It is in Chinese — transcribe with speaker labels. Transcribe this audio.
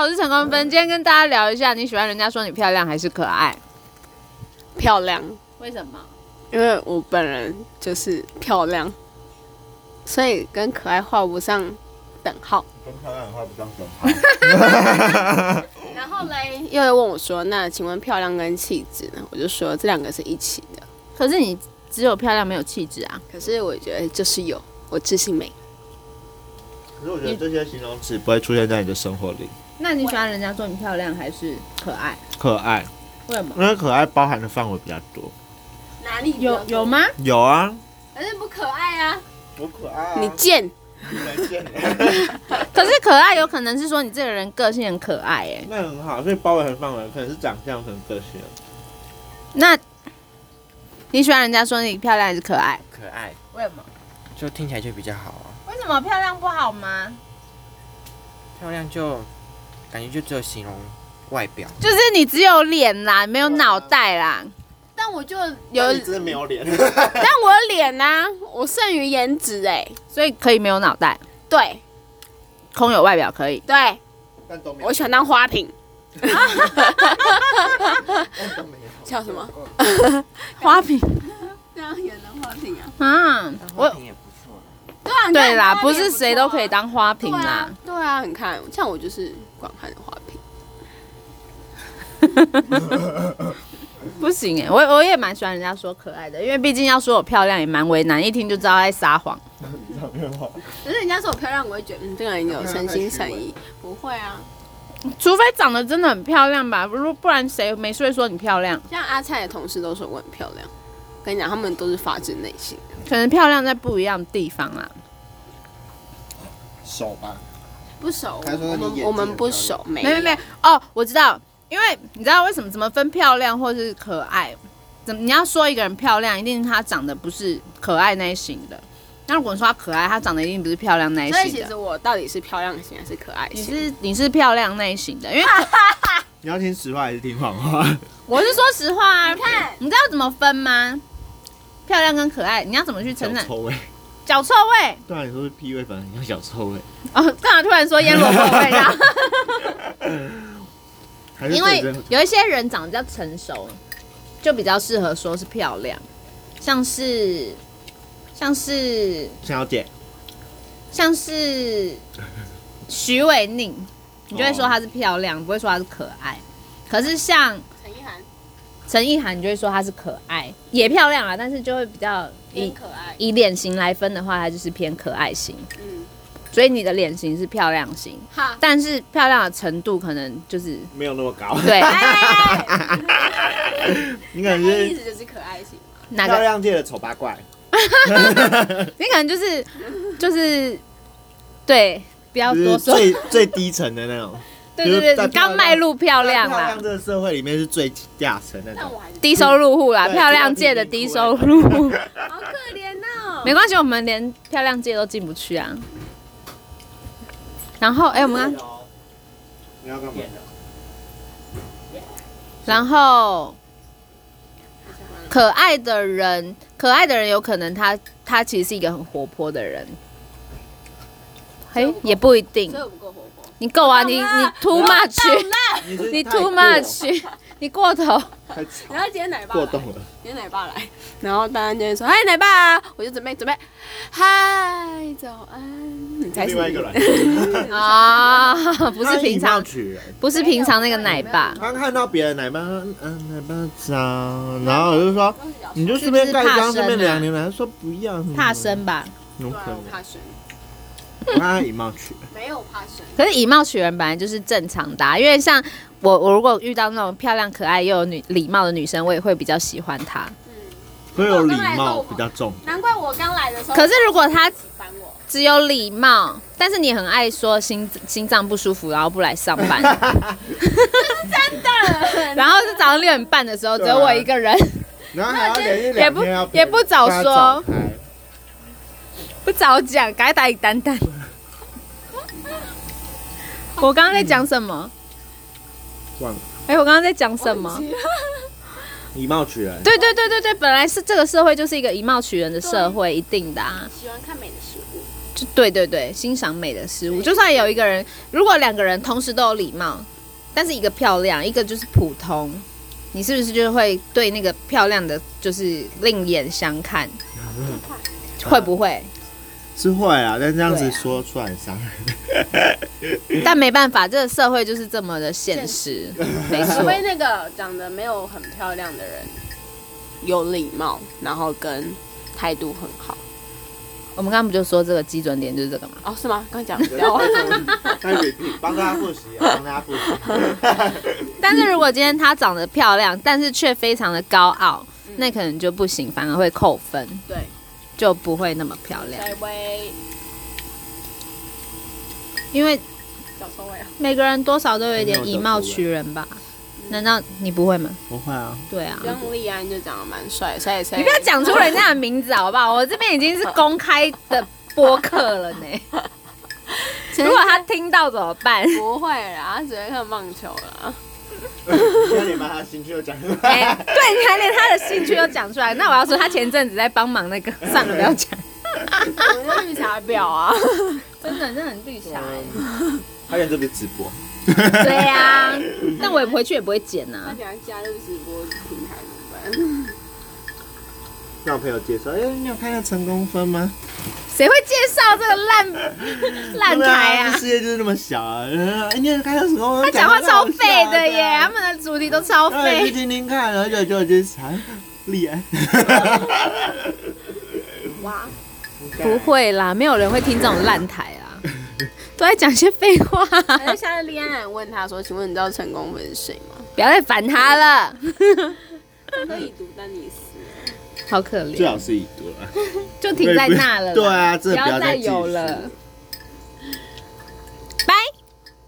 Speaker 1: 我是陈光芬。今天跟大家聊一下，你喜欢人家说你漂亮还是可爱？
Speaker 2: 漂亮，
Speaker 1: 为什么？
Speaker 2: 因为我本人就是漂亮，所以跟可爱画不上等号。
Speaker 3: 跟漂亮的话不上等 号。
Speaker 2: 然后嘞，又问我说：“那请问漂亮跟气质呢？”我就说这两个是一起的。
Speaker 1: 可是你只有漂亮没有气质啊！
Speaker 2: 可是我觉得就是有，我自信美。
Speaker 3: 可是我觉得这些形容词不会出现在你的生活里。
Speaker 1: 那你喜欢人家说你漂亮还是可爱？
Speaker 3: 可爱，
Speaker 1: 为什么？
Speaker 3: 因为可爱包含的范围比较多。
Speaker 2: 哪里
Speaker 1: 有有？吗？
Speaker 3: 有啊，
Speaker 2: 反正不可爱啊！
Speaker 3: 我可爱、啊
Speaker 2: 你贱，
Speaker 3: 你见了，
Speaker 1: 可是可爱有可能是说你这个人个性很可爱哎、
Speaker 3: 那很好，所以包围很范围，可能是长相，可能个性，啊
Speaker 1: 那你喜欢人家说你漂亮还是可爱？
Speaker 4: 可爱，
Speaker 1: 为什么？
Speaker 4: 就听起来就比较好啊。
Speaker 1: 为什么漂亮不好吗？
Speaker 4: 漂亮就感觉就只有形容外表，
Speaker 1: 就是你只有脸啦，没有脑袋啦。
Speaker 2: 但我就有
Speaker 3: 有，真的没有脸。
Speaker 2: 但我有脸啊，我胜于颜值哎、
Speaker 1: 所以可以没有脑袋，
Speaker 2: 对
Speaker 1: 空有外表可以。
Speaker 2: 对，
Speaker 3: 但都没有
Speaker 2: 我喜欢当花 瓶。
Speaker 3: 但都没有
Speaker 2: 叫什么？
Speaker 1: 花瓶
Speaker 2: 这样也能花瓶啊？
Speaker 1: 啊，我
Speaker 4: 也不错啦。
Speaker 2: 对 啊，
Speaker 1: 对啦，不啊是谁都可以当花瓶
Speaker 2: 对
Speaker 1: 啦
Speaker 2: 啊。，对啊，你看，像我就是广汉的花瓶。
Speaker 1: 啊 不行哎、我我也蛮喜欢人家说可爱的，因为毕竟要说我漂亮也蛮为难，一听就知道在撒谎。
Speaker 2: 可是人家说我漂亮，我会觉得嗯，这个人有诚心诚意。不会啊，
Speaker 1: 除非长得真的很漂亮吧，如不然谁没事会说你漂亮？
Speaker 2: 像阿菜的同事都说我很漂亮。跟你讲，他们都是发自内心的。
Speaker 1: 可能漂亮在不一样的地方啊啦。
Speaker 3: 手吧，
Speaker 2: 不熟，
Speaker 3: 他说
Speaker 2: 我
Speaker 3: 你眼
Speaker 2: 们
Speaker 3: 睛
Speaker 2: 我们不
Speaker 3: 很漂
Speaker 2: 熟，没
Speaker 1: 没没没哦，我知道，因为你知道为什么怎么分漂亮或是可爱？怎么你要说一个人漂亮，一定她长得不是可爱那一型的。那如果你说她可爱，她长得一定不是漂亮那一
Speaker 2: 所以其
Speaker 1: 型
Speaker 2: 实
Speaker 1: 的。
Speaker 2: 我到底是漂亮型还是可爱
Speaker 1: 你
Speaker 2: 型？
Speaker 1: 是你是漂亮那一型的，因为
Speaker 3: 你要听实话还是听谎 话？
Speaker 1: 我是说实话啊。
Speaker 2: 你看
Speaker 1: 你知道怎么分吗？漂亮跟可爱，你要怎么去
Speaker 3: 小
Speaker 1: 承认？
Speaker 3: 臭味，
Speaker 1: 脚臭味
Speaker 3: 对啊，你说是 P 味，反正叫小臭味，
Speaker 1: 哦，干嘛突然说腌萝卜味 啦？
Speaker 3: 还是
Speaker 1: 因为
Speaker 3: 认真
Speaker 1: 有一些人长得比较成熟，就比较适合说是漂亮，像是像是
Speaker 3: 小姐，
Speaker 1: 像是徐伟宁，你就会说她是漂亮，不会说她是可爱。可是像
Speaker 2: 陈意涵
Speaker 1: 陈意涵，你就会说她是可爱，也漂亮啊，但是就会比较以
Speaker 2: 可爱，
Speaker 1: 以脸型来分的话，她就是偏可爱型。
Speaker 2: 嗯，
Speaker 1: 所以你的脸型是漂亮型，
Speaker 2: 哈，
Speaker 1: 但是漂亮的程度可能就是
Speaker 3: 没有那么 高，
Speaker 1: 对
Speaker 3: 你可能
Speaker 2: 那意
Speaker 3: 是
Speaker 2: 思就是可爱型。
Speaker 1: 哪
Speaker 3: 漂
Speaker 1: 个，
Speaker 3: 亮界的丑八怪。
Speaker 1: 你可能就是就是对，不要
Speaker 3: 就是
Speaker 1: 多说，对
Speaker 3: 最最低层的那种，
Speaker 1: 对
Speaker 3: 就是
Speaker 1: 对，
Speaker 3: 在
Speaker 1: 你刚
Speaker 3: 漂亮
Speaker 1: 迈入漂亮
Speaker 3: 漂
Speaker 1: 啦
Speaker 3: 亮，这个社会里面是最下层那
Speaker 2: 但
Speaker 3: 种。
Speaker 2: 我还是
Speaker 1: 低收入户啦，
Speaker 3: 对
Speaker 1: 漂亮界的低收入户，
Speaker 2: 好可怜哦。
Speaker 1: 没关系，我们连漂亮界都进不去啊。然后哎、我们刚，
Speaker 3: 你要干嘛？
Speaker 1: 然后可爱的人，可爱的人有可能他他其实是一个很活泼的人，哎、也不一定
Speaker 2: 所。以我不够活泼。
Speaker 1: 你够啊，你
Speaker 2: 懂了
Speaker 1: 你 too much，你
Speaker 3: 你
Speaker 1: too much，你过头。
Speaker 3: 太
Speaker 2: 然后今天奶爸
Speaker 3: 过
Speaker 2: 来，
Speaker 3: 动了。
Speaker 2: 今天奶爸来，然后丹丹就会说：“嗨，奶爸！”我就准备准备，嗨，早安。你才是
Speaker 3: 另外一个人，
Speaker 1: 啊，不是平常，
Speaker 3: 取人，
Speaker 1: 不是平常那个奶爸，
Speaker 3: 他看到别人奶爸，嗯，奶爸长，然后我就说，你就顺便盖一张，顺便量牛奶。他说不要，
Speaker 1: 怕，生吧？
Speaker 3: 有
Speaker 2: 对
Speaker 3: 可
Speaker 2: 啊，
Speaker 3: 能
Speaker 2: 我。怕生，
Speaker 3: 我看他以貌取人，
Speaker 2: 没有我怕生。
Speaker 1: 可是以貌取人本来就是正常的啊、因为像我，我如果遇到那种漂亮可爱又有女礼貌的女生，我也会比较喜欢她。
Speaker 2: 嗯，
Speaker 3: 所以有礼貌比较重。
Speaker 2: 难怪我刚来的时候，
Speaker 1: 可是如果她
Speaker 2: 喜欢我，
Speaker 1: 只有礼貌，但是你很爱说心心脏不舒服，然后不来上 班，然后是早上六点半的时 候，只
Speaker 3: 啊
Speaker 1: 有我一个人，
Speaker 3: 然后还要连续两天要
Speaker 1: 也不也不早说
Speaker 3: 跟他走开
Speaker 1: 不早讲，赶快打给丹 丹。我刚刚在讲什么？
Speaker 3: 忘了
Speaker 1: 哎、我刚刚在讲什么？
Speaker 3: 以貌取人，
Speaker 1: 对对对对对，本来是这个社会就是一个以貌取人的社会，一定的啊。
Speaker 2: 喜欢看美的食物，
Speaker 1: 就对对对，欣赏美的事物。就算有一个人，如果两个人同时都有礼貌，但是一个漂亮，一个就是普通，你是不是就会对那个漂亮的就是另眼相看？会不会？
Speaker 3: 是会啊，但这样子
Speaker 1: 对啊
Speaker 3: 说出来伤害。
Speaker 1: 但没办法，这个社会就是这么的现实。没
Speaker 2: 除
Speaker 1: 错，
Speaker 2: 非那个长得没有很漂亮的人有礼貌，然后跟态度很好。
Speaker 1: 我们刚刚不就说这个基准点就是这个吗？
Speaker 2: 哦，是吗？刚讲不要忘了
Speaker 3: 那你帮大家复习啊，帮大家复习。
Speaker 1: 但是如果今天她长得漂亮，但是却非常的高傲，那可能就不行，反而会扣分，
Speaker 2: 对，
Speaker 1: 就不会那么漂亮
Speaker 2: 下。一位
Speaker 1: 因为
Speaker 2: 小臭味啊，
Speaker 1: 每个人多少都有一点以貌取人吧？难道你不会吗？
Speaker 3: 不会啊，
Speaker 1: 对啊，
Speaker 2: 跟利安就长得蛮帅，所以所以
Speaker 1: 你不要讲出人家的名字好不好？我这边已经是公开的播客了呢。
Speaker 2: 前
Speaker 1: 如果他听到怎么办？
Speaker 2: 不会啦，他只会看棒球啦。
Speaker 3: 那你把他兴趣都讲出来。
Speaker 1: 哎、对，你还连他的兴趣都讲出来，那我要说他前阵子在帮忙那个，算了，不要讲。
Speaker 2: 我那绿茶婊啊，
Speaker 1: 真的，真的很绿茶、欸
Speaker 3: 他原这不是直播，
Speaker 1: 对呀、但我也不回去，也不会剪
Speaker 2: 他
Speaker 1: 啊。
Speaker 2: 等下加入直播平台怎么
Speaker 3: 让我朋友介绍。哎，你有看到成功分吗？
Speaker 1: 谁会介绍这个 烂烂
Speaker 3: 对
Speaker 1: 台
Speaker 3: 这
Speaker 1: 啊？
Speaker 3: 世界就是那么小啊！哎，你有看到成功分？
Speaker 1: 他讲话超废的
Speaker 3: 对
Speaker 1: 耶，
Speaker 3: 啊
Speaker 1: 他们的主题都超
Speaker 3: 然后你去
Speaker 1: 废。
Speaker 3: 听听看，然后就就就是啥厉害。
Speaker 2: 办？哇，
Speaker 1: 不会啦，没有人会听这种烂台啊， 都在讲些废话，
Speaker 2: 反正现在利安有人问他说：“请问你知道成功文是谁吗
Speaker 1: 不要再烦他了，？”
Speaker 2: 他说：“已读但你死。
Speaker 1: 好可怜
Speaker 3: 最。好是已读了，
Speaker 1: 就停在那了啦，
Speaker 3: 啊对啊这
Speaker 1: 不
Speaker 3: 不要
Speaker 1: 要
Speaker 3: 再
Speaker 1: 再
Speaker 3: 继续
Speaker 1: 有了。